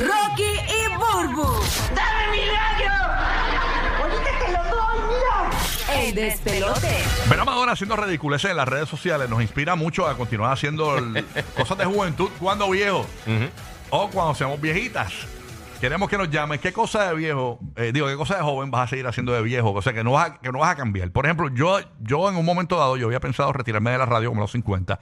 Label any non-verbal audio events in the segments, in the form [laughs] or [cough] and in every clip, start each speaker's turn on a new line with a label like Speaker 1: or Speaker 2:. Speaker 1: Rocky y Burbu.
Speaker 2: ¡Dame milagro! ¡Ahorita te lo doy, mira!
Speaker 1: El despelote.
Speaker 3: Verán Madonna haciendo ridiculeces en las redes sociales nos inspira mucho a continuar haciendo
Speaker 4: [laughs]
Speaker 3: el- cosas de juventud cuando viejo o cuando seamos viejitas. Queremos que nos llamen qué cosa de viejo, eh, digo, qué cosa de joven vas a seguir haciendo de viejo, o sea, que no vas a, que no vas a cambiar. Por ejemplo, yo, yo en un momento dado, yo había pensado retirarme de la radio como a los 50,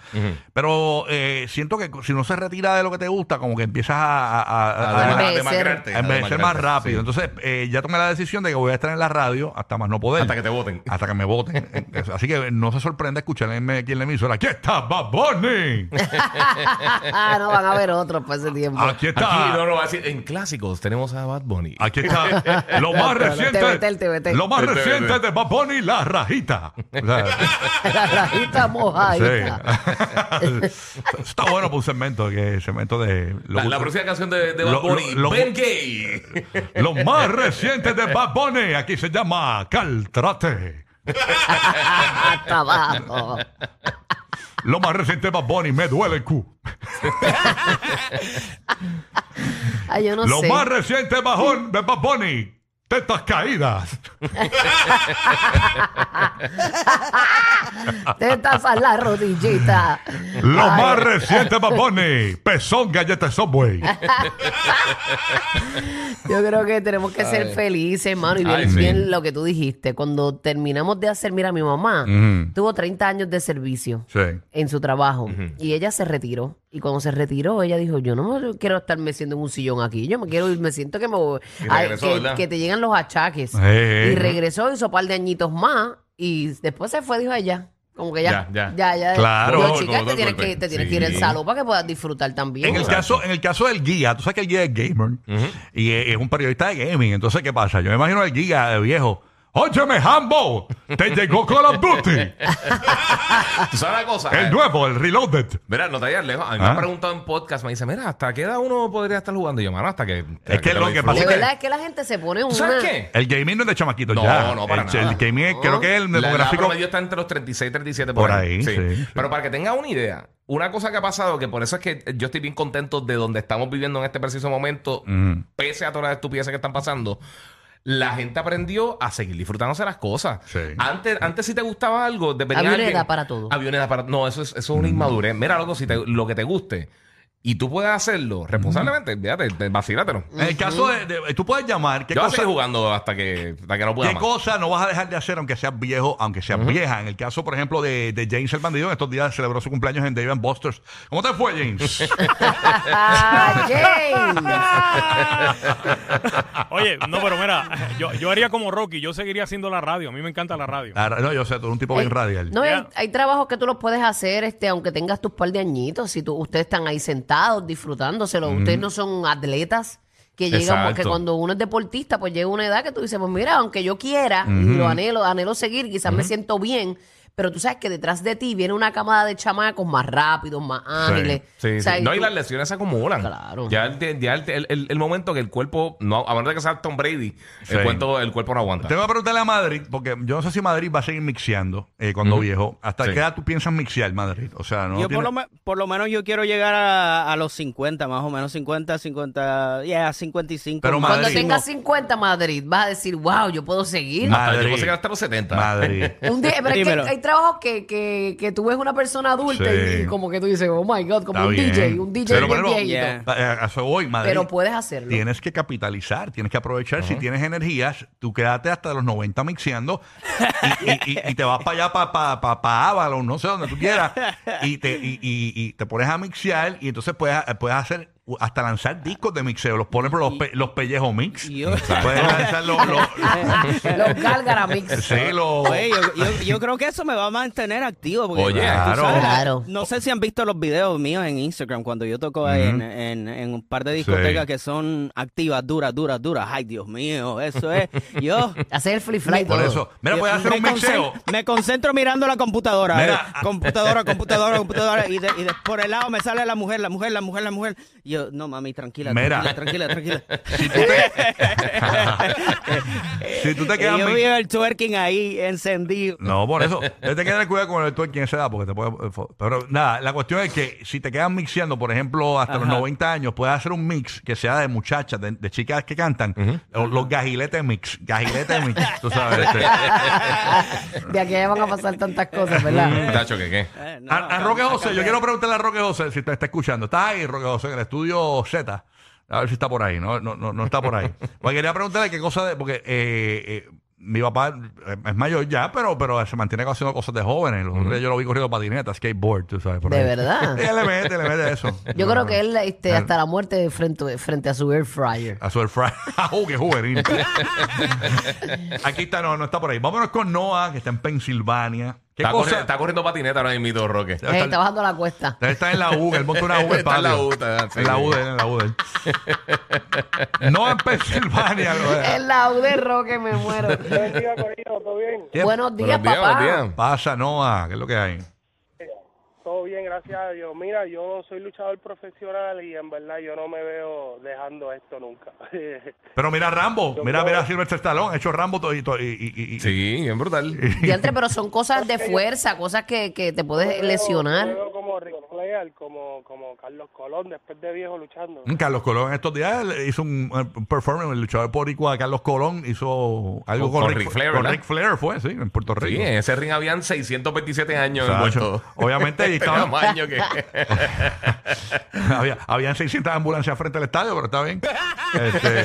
Speaker 3: pero eh, siento que si no se retira de lo que te gusta, como que empiezas a, a- a-
Speaker 4: A
Speaker 3: a-
Speaker 4: dema-
Speaker 3: a-
Speaker 4: a demacrarte.
Speaker 3: a envejecer más
Speaker 4: demacrarte,
Speaker 3: rápido.
Speaker 4: sí.
Speaker 3: Entonces, eh, ya tomé la decisión de que voy a estar en la radio hasta más no poder.
Speaker 4: Hasta que te voten.
Speaker 3: Hasta que me voten. [laughs] Eso, Así que no se sorprenda escucharme aquí en la emisora. Aquí está Bad Bunny.
Speaker 5: Ah, no van a ver otro para ese tiempo.
Speaker 4: Ah,
Speaker 3: Aquí
Speaker 4: Aquí, no,
Speaker 3: está.
Speaker 4: no, va a decir, en clásicos tenemos a Bad Bunny.
Speaker 3: Aquí está. Lo más
Speaker 5: Te vete,
Speaker 3: reciente.
Speaker 5: el te vete.
Speaker 3: Lo más
Speaker 4: Te vete.
Speaker 3: reciente de Bad Bunny, la rajita. O sea,
Speaker 5: [laughs] La rajita mojadita.
Speaker 3: sí. [laughs] Está bueno para un segmento, que segmento de.
Speaker 4: La, la próxima canción de, de Bad
Speaker 3: Lo-
Speaker 4: Bunny,
Speaker 3: lo- lo-
Speaker 4: Ben Gay.
Speaker 3: Lo más reciente de Bad Bunny. Aquí se llama Caltrate.
Speaker 5: Hasta abajo.
Speaker 3: Lo más reciente de Bad Bunny, me duele el cu.
Speaker 5: Ay, yo no
Speaker 3: Lo
Speaker 5: sé.
Speaker 3: más reciente de bajón de Bad Bunny, tetas caídas.
Speaker 5: Te tapas la rodillita.
Speaker 3: Lo
Speaker 5: Ay,
Speaker 3: más reciente de Bad Bunny, pezón galleta Subway.
Speaker 5: Yo creo que tenemos que ser felices, hermano. Y bien,
Speaker 4: Ay, sí.
Speaker 5: bien lo que tú dijiste. Cuando terminamos de hacer, mira, mi mamá tuvo 30 años de servicio.
Speaker 3: Sí.
Speaker 5: en su trabajo y ella se retiró y cuando se retiró ella dijo yo no me quiero estarme siendo en un sillón aquí yo me quiero ir me siento que me voy-
Speaker 4: Y
Speaker 5: ay,
Speaker 4: regresó,
Speaker 5: que,
Speaker 4: ¿verdad?
Speaker 5: que te llegan los achaques
Speaker 3: Eh,
Speaker 5: y
Speaker 3: eh,
Speaker 5: regresó hizo un par de añitos más y después se fue dijo ella como que ya
Speaker 4: Ya, ya.
Speaker 5: ya ya,
Speaker 3: Claro.
Speaker 5: Yo,
Speaker 3: Como
Speaker 5: chica,
Speaker 4: todo
Speaker 5: te
Speaker 4: el
Speaker 5: tienes
Speaker 4: golpe.
Speaker 5: que te tienes que ir
Speaker 4: Sí.
Speaker 5: al salón para que puedas disfrutar también
Speaker 3: En el, caso, en el caso del guía, tú sabes que el guía es gamer y es, es un periodista de gaming. Entonces, ¿qué pasa? Yo me imagino al guía de viejo. Óyeme, Hambo, te llegó Call of Duty,
Speaker 4: ¿Tú sabes la cosa?
Speaker 3: el nuevo, el Reloaded.
Speaker 4: Mira, no te vayas lejos. A mí me
Speaker 3: Ah.
Speaker 4: han preguntado en podcast, me dicen, mira, ¿hasta qué edad uno podría estar jugando? Y yo, mano, hasta que... hasta
Speaker 3: que lo
Speaker 4: lo
Speaker 3: que pasa
Speaker 4: disfrute".
Speaker 5: de
Speaker 3: es
Speaker 5: verdad es que la gente se pone
Speaker 4: ¿Tú
Speaker 5: una
Speaker 4: sabes qué?
Speaker 3: El gaming no es de chamaquito
Speaker 4: No,
Speaker 3: ya.
Speaker 4: no, para
Speaker 3: el,
Speaker 4: nada.
Speaker 3: el gaming es- creo que es el
Speaker 4: La- La
Speaker 3: demográfico.
Speaker 4: promedio está entre los 36 y 37
Speaker 3: Por ahí, sí.
Speaker 4: Pero para que tengas una idea, una cosa que ha pasado, que por eso es que yo estoy bien contento de donde estamos viviendo en este preciso momento,
Speaker 3: Mm.
Speaker 4: pese a todas las estupideces que están pasando. La gente aprendió a seguir disfrutándose las cosas.
Speaker 3: Sí.
Speaker 4: Antes, antes si te gustaba algo, dependía
Speaker 5: Había
Speaker 4: de
Speaker 5: una
Speaker 4: alguien-
Speaker 5: edad para todo.
Speaker 4: Había una edad para No, eso es, eso es una inmadurez. Mira, loco, si te- lo que te guste y tú puedes hacerlo responsablemente, fíjate, te- vacílatelo.
Speaker 3: En el caso de, de- Tú puedes llamar. ¿Qué
Speaker 4: Yo voy a
Speaker 3: cosa-
Speaker 4: seguir jugando hasta que, hasta que no pueda
Speaker 3: ¿Qué
Speaker 4: más.
Speaker 3: cosa no vas a dejar de hacer aunque seas viejo, aunque seas vieja? En el caso, por ejemplo, de, de James el Bandido, en estos días celebró su cumpleaños en Dave and Buster's. ¿Cómo te fue,
Speaker 4: [laughs]
Speaker 3: James?
Speaker 5: Ah, James.
Speaker 6: Oye, no, pero mira, [laughs] yo, yo haría como Rocky, yo seguiría haciendo la radio, a mí me encanta la radio.
Speaker 3: Ah, no, yo sé, tú eres un tipo bien
Speaker 5: Hay-
Speaker 3: radial.
Speaker 5: Eh, No,
Speaker 6: Ya.
Speaker 5: hay, hay trabajos que tú los puedes hacer, este, aunque tengas tus par de añitos, si tú, ustedes están ahí sentados disfrutándoselo, ustedes no son atletas que llegan, porque
Speaker 4: Exacto.
Speaker 5: cuando uno es deportista, pues llega una edad que tú dices, pues mira, aunque yo quiera, y lo anhelo, anhelo seguir, quizás me siento bien, pero tú sabes que detrás de ti viene una camada de chamacos más rápidos, más ágiles.
Speaker 4: Sí,
Speaker 5: O sea,
Speaker 4: sí.
Speaker 5: y
Speaker 4: No, y
Speaker 5: tú-
Speaker 4: las lesiones se acumulan.
Speaker 5: Claro.
Speaker 4: Ya, el, ya el, el- el- el momento que el cuerpo, no, a menos de que sea Tom Brady,
Speaker 3: Sí.
Speaker 4: el, cuerpo, el cuerpo no aguanta.
Speaker 3: Tengo que preguntarle a Madrid, porque yo no sé si Madrid va a seguir mixeando eh, cuando viejo. ¿Hasta
Speaker 4: Sí.
Speaker 3: qué edad tú piensas mixear, Madrid? O sea, no.
Speaker 7: yo
Speaker 3: tiene-
Speaker 7: por, lo, me- por lo menos yo quiero llegar a, a los 50, más o menos 50, 50, ya 55.
Speaker 3: Pero
Speaker 7: máximo.
Speaker 5: cuando
Speaker 3: Madrid.
Speaker 5: tengas 50 Madrid, vas a decir, wow, yo puedo seguir.
Speaker 3: Ma-
Speaker 4: Hasta, yo
Speaker 3: Madrid.
Speaker 4: puedo llegar hasta los 70.
Speaker 3: Madrid.
Speaker 5: Un día- pero es que
Speaker 7: Dímelo.
Speaker 5: hay trabajos que, que, que tú ves una persona adulta
Speaker 3: Sí.
Speaker 5: y, y como que tú dices, oh my God, como
Speaker 3: Está
Speaker 5: un
Speaker 3: bien.
Speaker 5: DJ, un DJ
Speaker 3: Pero,
Speaker 5: bien
Speaker 3: pero-
Speaker 5: viejito.
Speaker 7: Yeah.
Speaker 3: Eh, A eso voy, Madrid.
Speaker 5: Pero puedes hacerlo.
Speaker 3: Tienes que capitalizar, tienes que aprovechar. Si tienes energías, tú quédate hasta los 90 mixeando y, y- y- y te vas para allá, para pa, pa, pa Avalon, no sé, donde tú quieras, y te, y, y- y te pones a mixear y entonces puedes, puedes hacer hasta lanzar discos de mixeo. Los pones por los, pe- los pellejos mix.
Speaker 7: Y yo- [laughs]
Speaker 3: Puedes lanzar los... los-
Speaker 5: Los Gálgara Mix.
Speaker 3: sí, los-
Speaker 7: Oye, yo, yo- yo creo que eso me va a mantener activo. Porque,
Speaker 4: Oye,
Speaker 7: tú
Speaker 3: claro.
Speaker 7: sabes, la-
Speaker 5: Claro.
Speaker 7: No sé si han visto los videos míos en Instagram cuando yo toco ahí en, en- en un par de discotecas
Speaker 3: Sí.
Speaker 7: que son activas, duras, duras, duras. Ay, Dios mío, eso es. Yo.
Speaker 5: Hacer el free fly.
Speaker 3: Por
Speaker 5: todo.
Speaker 3: eso. Mira,
Speaker 7: yo
Speaker 3: puedes hacer
Speaker 7: me
Speaker 3: un mixeo.
Speaker 7: concen- Me concentro mirando la computadora.
Speaker 3: Mira. [laughs]
Speaker 7: eh, computadora, computadora, computadora. Y, de- y de- por el lado me sale la mujer, la mujer, la mujer, la mujer. Y yo, yo, no, mami, tranquila,
Speaker 3: Mira.
Speaker 7: tranquila, tranquila, tranquila.
Speaker 3: Si tú te, [laughs] si
Speaker 7: [laughs]
Speaker 3: tú te
Speaker 7: Y
Speaker 3: quedas...
Speaker 7: yo
Speaker 3: mi-
Speaker 7: vi el twerking ahí encendido.
Speaker 3: No, por eso. Tienes que tener cuidado con el twerking a esa edad porque te puede... eh, Pero nada, la cuestión es que si te quedas mixeando, por ejemplo, hasta los
Speaker 7: Ajá.
Speaker 3: 90 años, puedes hacer un mix que sea de muchachas, de, de chicas que cantan, o los gajiletes mix, gajiletes mix, tú sabes. este.
Speaker 5: De aquí a allá van a pasar tantas cosas,
Speaker 3: Mm,
Speaker 5: ¿verdad?
Speaker 4: Tacho, que Mm. qué.
Speaker 7: Eh, no,
Speaker 3: A, a
Speaker 7: está-
Speaker 3: Roque
Speaker 7: está
Speaker 3: José, yo
Speaker 7: cabrón.
Speaker 3: quiero preguntarle a Roque José si te está escuchando. Está ahí, Roque José, en el estudio Z. A ver si está por ahí. No, no, no, no está por ahí. Porque quería preguntarle qué cosa de. Porque eh, eh, mi papá eh, es mayor ya, pero, pero se mantiene haciendo cosas de jóvenes. Los otros días Yo lo vi corriendo patineta, skateboard, tú sabes. por
Speaker 5: De
Speaker 3: ahí. [laughs]
Speaker 5: verdad.
Speaker 3: Ella le mete, le mete eso.
Speaker 5: Yo creo que él este,
Speaker 3: Ah.
Speaker 5: hasta la muerte frente, frente a su air fryer.
Speaker 3: [laughs] A su air fryer. ¡Uh, qué juvenil! Aquí está, no, no está por ahí. Vámonos con Noah, que está en Pensilvania. ¿Qué
Speaker 4: Está, corri-
Speaker 3: cosa?
Speaker 4: está corriendo patineta ahora mismo, Roque.
Speaker 3: Ah,
Speaker 5: Eh, está bajando la cuesta.
Speaker 3: Él Está en la U, él monta una U en el
Speaker 4: [laughs] Está en la
Speaker 3: patio.
Speaker 4: U, está, sí.
Speaker 3: En la U de él, en la U de él. No en Pensilvania. lo es.
Speaker 5: El laude de Roque, me muero.
Speaker 3: [laughs]
Speaker 8: ¿Todo bien?
Speaker 3: ¿Qué
Speaker 5: buenos
Speaker 4: Buenos
Speaker 5: días,
Speaker 4: días,
Speaker 5: papá.
Speaker 4: buenos días.
Speaker 3: pasa, Noah? ¿Qué es lo que hay?
Speaker 8: Todo bien, gracias a Dios. Mira, yo soy luchador profesional y en verdad yo no me veo dejando esto nunca. [laughs]
Speaker 3: Eh, Pero mira a Rambo,
Speaker 8: Yo
Speaker 3: mira,
Speaker 8: creo-
Speaker 3: mira a Silvestre Stallone, ha hecho Rambo todo y, todo- y- y- y-
Speaker 4: Sí, bien brutal.
Speaker 5: Diantre, pero son cosas de fuerza, cosas que, que te puedes
Speaker 8: Yo me
Speaker 5: lesionar.
Speaker 8: veo como Ric Flair, como, como Carlos Colón, después de viejo luchando.
Speaker 3: Mm, Carlos Colón en estos días él hizo un eh, un performance, el luchador boricua Carlos Colón hizo algo con,
Speaker 4: Con Ric Flair,
Speaker 3: Con
Speaker 4: ¿verdad?
Speaker 3: Ric Flair fue, sí, en Puerto
Speaker 4: Sí,
Speaker 3: Rico.
Speaker 4: en ese ring habían 627 años
Speaker 3: Chacho. [laughs]
Speaker 4: envueltos.
Speaker 3: Obviamente,
Speaker 4: [laughs]
Speaker 3: ahí
Speaker 4: Tenía
Speaker 3: estaba-
Speaker 4: más años
Speaker 5: [laughs]
Speaker 4: que...
Speaker 3: Había, habían 600 ambulancias frente al estadio, pero está
Speaker 4: [laughs]
Speaker 3: bien. Este,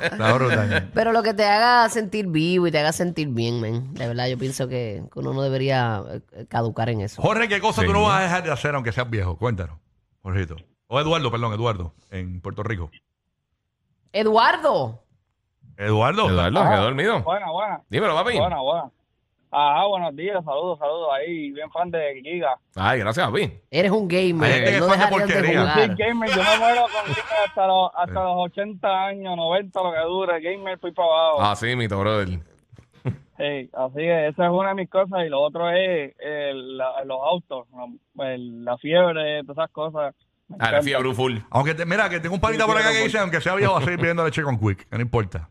Speaker 3: está brutal.
Speaker 5: Pero lo que te haga sentir vivo y te haga sentir bien, men. De verdad, yo pienso que que uno no debería eh, caducar en eso.
Speaker 3: Jorge, ¿qué cosa
Speaker 4: Sí.
Speaker 3: tú no vas a dejar de hacer aunque seas viejo? Cuéntanos, Jorgito. O Eduardo, perdón, Eduardo, en Puerto Rico.
Speaker 5: Eduardo,
Speaker 3: Eduardo.
Speaker 4: Eduardo,
Speaker 8: Ah.
Speaker 4: quedó dormido.
Speaker 8: Buena, buena,
Speaker 4: Dímelo, papi.
Speaker 8: buena. Ajá, buenos días, saludos, saludos ahí, bien fan de Giga.
Speaker 4: Ay, gracias, papi.
Speaker 5: eres un
Speaker 3: Hay gente
Speaker 5: gamer.
Speaker 3: que
Speaker 5: No
Speaker 3: es fan de
Speaker 5: dejarías de
Speaker 3: porquería.
Speaker 5: jugar.
Speaker 8: gamer, yo me muero con Giga hasta los, hasta los 80 años, 90, lo que dure, gamer, fui para abajo.
Speaker 4: Ah, sí, mi brother.
Speaker 8: Sí, así es, esa es una de mis cosas y lo otro es eh, la- los autos, la, el- la fiebre, todas esas cosas.
Speaker 4: Ah,
Speaker 8: Me
Speaker 4: A la
Speaker 8: encanta.
Speaker 4: fiebre full.
Speaker 3: Aunque te- mira, que tengo un panita por acá que dice, aunque sea viejo, va a seguir pidiendo leche con quick. que No importa.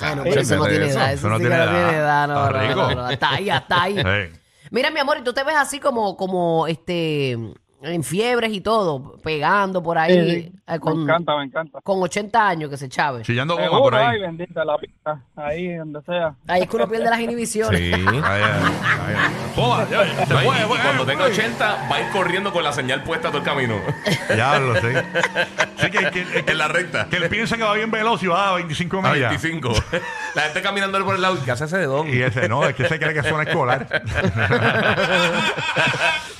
Speaker 5: Ah, no,
Speaker 4: Sí,
Speaker 5: pero eso no
Speaker 4: fíjate
Speaker 5: tiene
Speaker 4: eso,
Speaker 5: edad.
Speaker 3: eso
Speaker 5: Eso
Speaker 3: no
Speaker 5: sí que
Speaker 3: tiene
Speaker 5: no tiene
Speaker 3: edad.
Speaker 5: edad. No,
Speaker 3: Está
Speaker 5: no,
Speaker 3: rico.
Speaker 5: no, no, Hasta ahí, hasta ahí.
Speaker 3: Sí.
Speaker 5: Mira, mi amor, y tú te ves así como, como este, en fiebres y todo, pegando por ahí. eh,
Speaker 8: Me
Speaker 5: con,
Speaker 8: encanta, me encanta.
Speaker 5: con 80 años que se chave.
Speaker 3: Chillando goma por
Speaker 8: Seguro, ay,
Speaker 3: ahí.
Speaker 8: bendita la pista, ahí donde sea.
Speaker 5: Ahí es que uno pierde las inhibiciones.
Speaker 4: Sí.
Speaker 3: Ahí, ahí, ahí. Toma, ya, ya, se
Speaker 4: No, y-
Speaker 3: fue,
Speaker 4: y
Speaker 3: fue,
Speaker 4: cuando
Speaker 3: eh,
Speaker 4: tenga
Speaker 3: fue.
Speaker 4: 80, va a ir corriendo con la señal puesta todo el camino.
Speaker 3: Diablo, sí. Sí, que, que- que-
Speaker 4: en la recta.
Speaker 3: que él piensa que va bien veloz y va a 25
Speaker 4: A
Speaker 3: millas.
Speaker 4: 25. [laughs] la gente caminándole por el lado. ¿Qué hace ese de don?
Speaker 3: Y ese, no, es que se cree que suena escolar.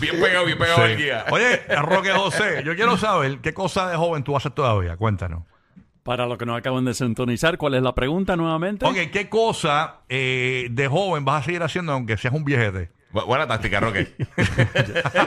Speaker 4: bien pegado, bien pegado al
Speaker 3: Sí.
Speaker 4: guía.
Speaker 3: Oye, Roque José, yo quiero saber qué cosa de joven tú haces todavía. Cuéntanos.
Speaker 9: Para los que nos acaban de sintonizar, ¿cuál es la pregunta nuevamente?
Speaker 3: Ok, ¿qué cosa eh, de joven vas a seguir haciendo aunque seas un viejete?
Speaker 4: Bu- buena táctica, Roque.
Speaker 9: [laughs]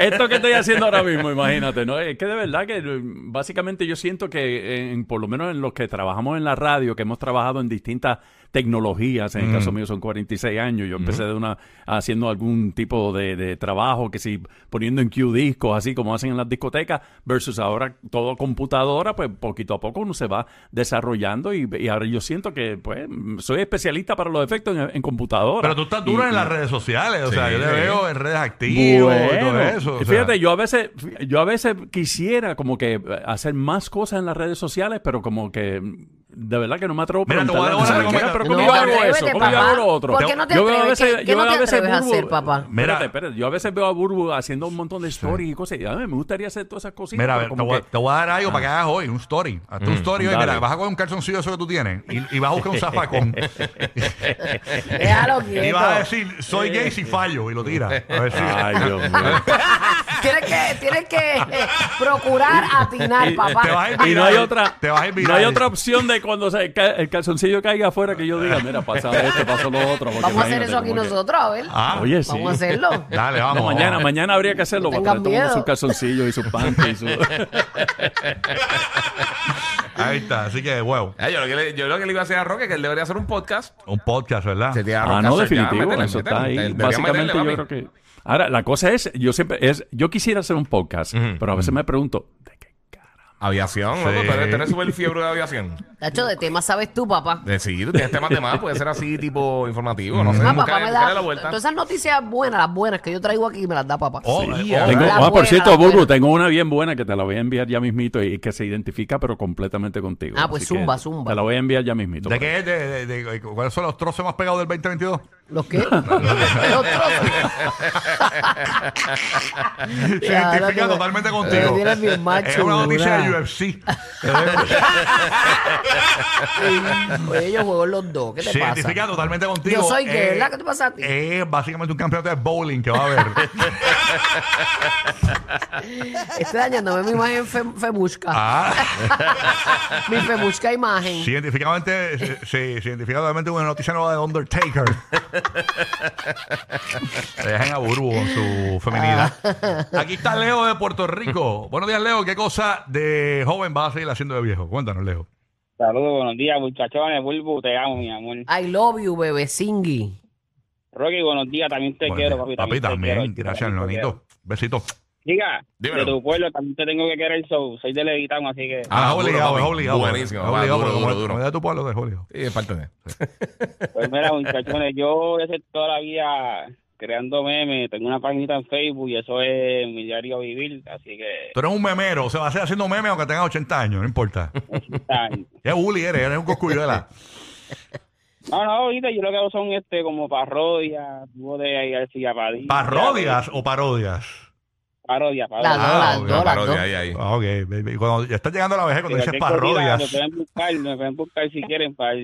Speaker 9: Esto que estoy haciendo ahora mismo, imagínate, ¿no? Es que de verdad que eh, básicamente yo siento que, eh, en- por lo menos en los que trabajamos en la radio, que hemos trabajado en distintas tecnologías, en el
Speaker 3: Mm.
Speaker 9: caso mío son 46 años, yo empecé de una haciendo algún tipo de, de trabajo, que si poniendo en Q discos, así como hacen en las discotecas, versus ahora todo computadora, pues poquito a poco uno se va desarrollando y, y ahora yo siento que, pues, soy especialista para los efectos en, en computadora.
Speaker 3: Pero tú estás duro
Speaker 9: Y-
Speaker 3: en
Speaker 9: y-
Speaker 3: las redes sociales, o sea,
Speaker 4: Sí,
Speaker 3: yo te
Speaker 4: sí.
Speaker 3: veo en redes activas y todo
Speaker 9: bueno,
Speaker 3: eso. o sea.
Speaker 9: fíjate, yo a veces, yo a veces quisiera como que eh, hacer más cosas en las redes sociales, pero como que mm, de verdad que no me atrevo a
Speaker 3: Mira, te voy a
Speaker 9: preguntarle
Speaker 3: dar
Speaker 9: a
Speaker 3: una
Speaker 9: la gente, mira, pero
Speaker 3: recomendación. No,
Speaker 9: ¿cómo yo hago
Speaker 5: atrévete,
Speaker 9: eso? ¿Cómo yo
Speaker 5: papá.
Speaker 9: hago lo otro?
Speaker 5: ¿Por qué no te
Speaker 9: Yo veo a
Speaker 5: atreves?
Speaker 9: veces-
Speaker 5: ¿Qué-
Speaker 9: yo
Speaker 5: qué no
Speaker 9: veo
Speaker 5: te
Speaker 9: veces
Speaker 5: atreves a
Speaker 9: Burbu-
Speaker 5: hacer, papá?
Speaker 3: Mira.
Speaker 9: Espérate, espérate. Yo a veces veo a Burbu haciendo un montón de stories y cosas. Y a mí me gustaría hacer todas esas cositas.
Speaker 3: Mira, a
Speaker 9: pero
Speaker 3: ver, te
Speaker 9: como
Speaker 3: voy, a-
Speaker 9: que-
Speaker 3: te voy a dar algo para que hagas hoy, un story. Hazte un story hoy,
Speaker 9: dale.
Speaker 3: mira, vas a coger un calzoncillo eso que tú tienes y, y vas a buscar un
Speaker 9: [laughs]
Speaker 3: zafacón.
Speaker 5: Déjalo
Speaker 3: y
Speaker 5: quieto.
Speaker 3: vas a decir, soy gay si fallo, y lo tiras. A ver si-
Speaker 9: Ay,
Speaker 3: [laughs]
Speaker 9: Dios mío.
Speaker 5: [laughs] Tienes que, tienes que eh, procurar atinar, papá.
Speaker 3: Te vas a ir
Speaker 9: Y no hay
Speaker 3: viral,
Speaker 9: otra,
Speaker 3: te vas a ir
Speaker 9: no hay
Speaker 3: viral.
Speaker 9: otra opción de cuando se ca- el calzoncillo caiga afuera que yo diga, mira, pasa esto, pasó lo otro. porque
Speaker 5: Vamos a hacer
Speaker 9: imagínate
Speaker 5: eso aquí
Speaker 9: como que-
Speaker 5: nosotros, a ver.
Speaker 3: Ah,
Speaker 9: Oye, sí.
Speaker 5: Vamos
Speaker 3: [laughs]
Speaker 5: a hacerlo.
Speaker 3: Dale, vamos.
Speaker 9: No, mañana,
Speaker 3: vamos.
Speaker 9: mañana habría que hacerlo.
Speaker 5: No
Speaker 9: va a
Speaker 5: tengan
Speaker 9: estar tomando
Speaker 5: miedo.
Speaker 9: sus calzoncillos y sus panties.
Speaker 5: [laughs]
Speaker 9: Y su...
Speaker 3: Ahí está, así que, wow.
Speaker 4: Ah, yo, lo que le, yo lo que le iba a decir a Roque que él debería hacer un podcast.
Speaker 3: Un podcast, ¿verdad?
Speaker 4: Sería
Speaker 9: Ah,
Speaker 4: Roque hacer
Speaker 9: no,
Speaker 4: ya,
Speaker 9: definitivo.
Speaker 4: métele,
Speaker 9: eso
Speaker 4: métele,
Speaker 9: está ahí.
Speaker 4: métele, debería
Speaker 9: Básicamente
Speaker 4: meterle,
Speaker 9: yo creo
Speaker 4: papi.
Speaker 9: que... Ahora, la cosa es, yo siempre, es, yo quisiera hacer un podcast,
Speaker 4: Ujú.
Speaker 9: pero a veces me pregunto, ¿de qué carajo?
Speaker 4: Aviación,
Speaker 3: Sí.
Speaker 4: loco, tú eres, tú eres súper fiebre de aviación.
Speaker 5: Tacho, de tema sabes tú, papá.
Speaker 4: Eh, Sí, tú tienes temas de más, puede ser así, tipo informativo, no sé.
Speaker 5: Ah,
Speaker 4: busca-
Speaker 5: papá me
Speaker 4: busca de
Speaker 5: da.
Speaker 4: la vuelta.
Speaker 5: Todas esas noticias buenas, las buenas que yo traigo aquí, me las da papá.
Speaker 3: Oh,
Speaker 9: Sí.
Speaker 3: eh, oh,
Speaker 9: Tengo-
Speaker 5: la
Speaker 9: ah, por
Speaker 5: buena,
Speaker 9: cierto,
Speaker 5: la
Speaker 9: Burbu,
Speaker 5: buena.
Speaker 9: tengo una bien buena que te la voy a enviar ya mismito y que se identifica, pero completamente contigo.
Speaker 5: Ah, pues
Speaker 9: Así que
Speaker 5: zumba, zumba.
Speaker 9: Te la voy a enviar ya mismito.
Speaker 3: ¿De qué? De, de- de- ¿Cuáles son los trozos más pegados del 2022?
Speaker 5: ¿Los
Speaker 9: [laughs]
Speaker 5: qué? Los trozos.
Speaker 3: Se
Speaker 5: [laughs] Ya, ahora
Speaker 3: identifica
Speaker 5: tú me-
Speaker 3: totalmente
Speaker 5: me
Speaker 3: contigo.
Speaker 5: tienes bien macho,
Speaker 3: es una noticia de
Speaker 5: ¿verdad? [laughs]
Speaker 3: UFC.
Speaker 5: Oye, yo juego en los dos. ¿Qué te
Speaker 3: Se
Speaker 5: pasa?
Speaker 3: identifica totalmente contigo.
Speaker 5: Yo soy gay,
Speaker 3: Eh,
Speaker 5: ¿verdad? ¿Qué te pasa a ti?
Speaker 3: Es básicamente un campeonato de bowling que va a
Speaker 5: [laughs]
Speaker 3: haber.
Speaker 5: Estoy dañándome mi imagen fe- femusca.
Speaker 3: ah,
Speaker 5: Mi femusca imagen.
Speaker 3: se identifica, se, se- se identifica totalmente con eh, una noticia nueva de
Speaker 4: [laughs]
Speaker 3: Undertaker. Te dejan a Burbu con su feminidad.
Speaker 4: Ah.
Speaker 3: Aquí está Leo de Puerto Rico. Buenos días, Leo. ¿Qué cosa de joven vas a seguir haciendo de viejo? Cuéntanos, Leo.
Speaker 8: Saludos, buenos días, muchachones. Bulbu, te amo, mi amor.
Speaker 5: I love you, bebé Singhi.
Speaker 8: Rocky, buenos días. También te
Speaker 3: Buenos
Speaker 8: quiero,
Speaker 3: días.
Speaker 8: papi.
Speaker 3: también.
Speaker 8: te quiero,
Speaker 3: Gracias,
Speaker 8: también te quiero.
Speaker 3: Leonito. Besito.
Speaker 8: Diga,
Speaker 4: Dímelo.
Speaker 8: de tu pueblo también te tengo que querer. so- soy de Levitán, así que...
Speaker 3: Ah, es
Speaker 4: Ah, duro,
Speaker 3: obligado,
Speaker 4: papi.
Speaker 3: es obligado.
Speaker 4: Buenísimo,
Speaker 3: Es
Speaker 4: va,
Speaker 3: obligado,
Speaker 4: duro,
Speaker 3: porque
Speaker 4: duro,
Speaker 3: como-
Speaker 4: duro.
Speaker 3: como es de tu pueblo, es obligado.
Speaker 4: Sí, es parte de.
Speaker 8: Pues mira, muchachones, yo desde toda la vida creando memes, tengo una página en Facebook y eso es mi diario vivir, así que...
Speaker 3: Tú eres un memero, se va a hacer haciendo memes aunque tengas 80 años, no importa.
Speaker 8: tan-
Speaker 3: Es bully, eres, eres un coscuyuela.
Speaker 8: [laughs] No, no, ahorita yo lo que hago son este como parodias, tipo de García Padilla.
Speaker 3: ¿Parodias o parodias?
Speaker 8: Parodias,
Speaker 5: Las
Speaker 8: parodias.
Speaker 5: dos,
Speaker 3: Ah,
Speaker 5: las
Speaker 3: ok,
Speaker 5: dos, las
Speaker 4: Parodia,
Speaker 5: dos.
Speaker 4: ahí, ahí.
Speaker 3: Ah, ok. baby. Cuando ya estás llegando a la vejez, cuando dices
Speaker 8: Cualquier cosita,
Speaker 3: parodias.
Speaker 8: Me pueden buscar, me pueden buscar si quieren. Para,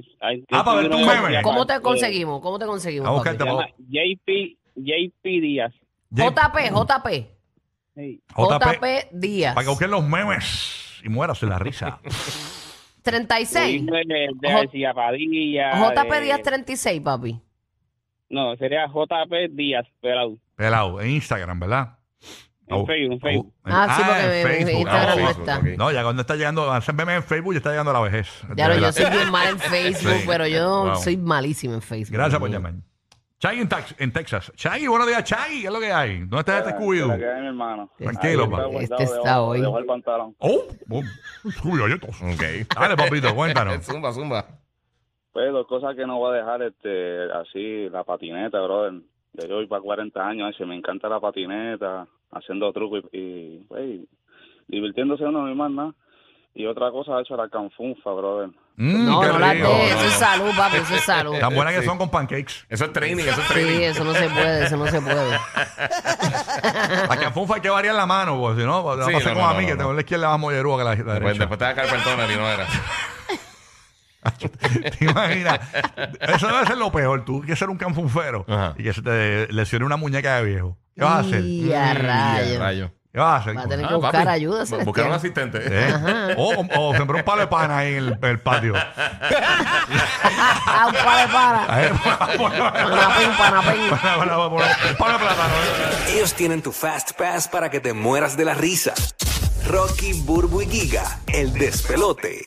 Speaker 3: Ah, para ver tu meme.
Speaker 5: ¿Cómo te conseguimos? ¿Cómo te conseguimos?
Speaker 3: A
Speaker 5: papi?
Speaker 3: buscarte
Speaker 8: Se llama JP, JP Díaz.
Speaker 5: JP, JP.
Speaker 8: Sí.
Speaker 3: JP.
Speaker 5: JP Díaz.
Speaker 3: Para que busquen los memes y mueras de la
Speaker 8: [laughs]
Speaker 3: risa.
Speaker 5: 36.
Speaker 8: Lo hice De, de
Speaker 5: J-
Speaker 8: García Padilla.
Speaker 5: JP
Speaker 8: de-
Speaker 5: Díaz 36, papi.
Speaker 8: No, sería JP Díaz, pelado.
Speaker 3: Pelado, en Instagram, ¿verdad?
Speaker 8: En
Speaker 3: Oh,
Speaker 8: Facebook, en
Speaker 3: oh,
Speaker 8: Facebook.
Speaker 3: en-
Speaker 5: Ah, sí,
Speaker 3: ah,
Speaker 5: porque
Speaker 3: en
Speaker 5: mi- mi- mi
Speaker 3: Facebook.
Speaker 5: Instagram
Speaker 3: Ah,
Speaker 5: no
Speaker 3: Facebook,
Speaker 5: está.
Speaker 3: ok. No, ya cuando está llegando, hacer memes en Facebook ya está llegando a la vejez.
Speaker 5: Ya
Speaker 3: De
Speaker 5: lo, yo
Speaker 3: verdad.
Speaker 5: soy bien mal en Facebook,
Speaker 3: Sí.
Speaker 5: pero yo
Speaker 3: Wow.
Speaker 5: soy malísimo en Facebook.
Speaker 3: Gracias por llamar. Chaggy en, Tax- en Texas. Chaggy, buenos días, Chaggy. ¿Qué es lo que hay? ¿Dónde está
Speaker 8: Ah,
Speaker 3: este escudo?
Speaker 8: mi hermano.
Speaker 3: Tranquilo, Ahí está papi.
Speaker 5: guardado Este está debajo- hoy. debajo
Speaker 8: el pantalón.
Speaker 3: Oh, oh, uy, oye, tos.
Speaker 4: Ok.
Speaker 3: Dale, papito,
Speaker 8: [laughs]
Speaker 3: cuéntanos.
Speaker 4: Eh, zumba, zumba.
Speaker 8: Pues dos cosas que no voy a dejar, este, así, la patineta, brother. Yo voy para 40 años, ay, se me encanta la patineta, haciendo trucos y, y, pues, divirtiéndose uno mismo, más nada. Y otra cosa, ha hecho la canfunfa, brother.
Speaker 3: Mm,
Speaker 5: No,
Speaker 3: qué
Speaker 5: no la de,
Speaker 3: rico.
Speaker 5: eso es salud, papi, eso es salud.
Speaker 3: Tan buenas que
Speaker 4: Sí.
Speaker 3: son con pancakes.
Speaker 4: Eso es training, eso es training.
Speaker 5: Sí, eso no se puede, eso no se puede.
Speaker 3: A Canfunfa hay que variar la mano, porque si no, la
Speaker 4: Sí,
Speaker 3: pasé
Speaker 4: no,
Speaker 3: como
Speaker 4: no,
Speaker 3: a mí,
Speaker 4: no,
Speaker 3: que
Speaker 4: no.
Speaker 3: tengo la izquierda más mollerúa que la, la
Speaker 4: Después,
Speaker 3: derecha.
Speaker 4: después te va a caer perdón, y no era.
Speaker 3: [laughs] ¿Te imaginas? Eso debe ser lo peor. Tú que ser un canfunfero
Speaker 4: Ajá.
Speaker 3: y que se te lesione una muñeca de viejo. ¿Qué vas a hacer? Mm.
Speaker 5: Y a
Speaker 4: Ya,
Speaker 5: rayos.
Speaker 4: rayo.
Speaker 3: ¿Qué vas a hacer?
Speaker 5: Va a
Speaker 3: con-
Speaker 5: tener
Speaker 4: Ah,
Speaker 5: Ah, que buscar
Speaker 4: papi,
Speaker 5: ayuda,
Speaker 4: bu-
Speaker 5: Celestial.
Speaker 4: Buscar un asistente.
Speaker 3: ¿Eh? O, o sembrar un palo de pana ahí en el, en el patio.
Speaker 5: [laughs] [laughs] Ah, un par de para.
Speaker 3: Ahí, [laughs]
Speaker 5: Panapín, panapín.
Speaker 3: Un palo de plátano. ¿eh?
Speaker 10: [laughs] Ellos tienen tu Fast Pass para que te mueras de la risa. Rocky, Burbu y Giga, el despelote.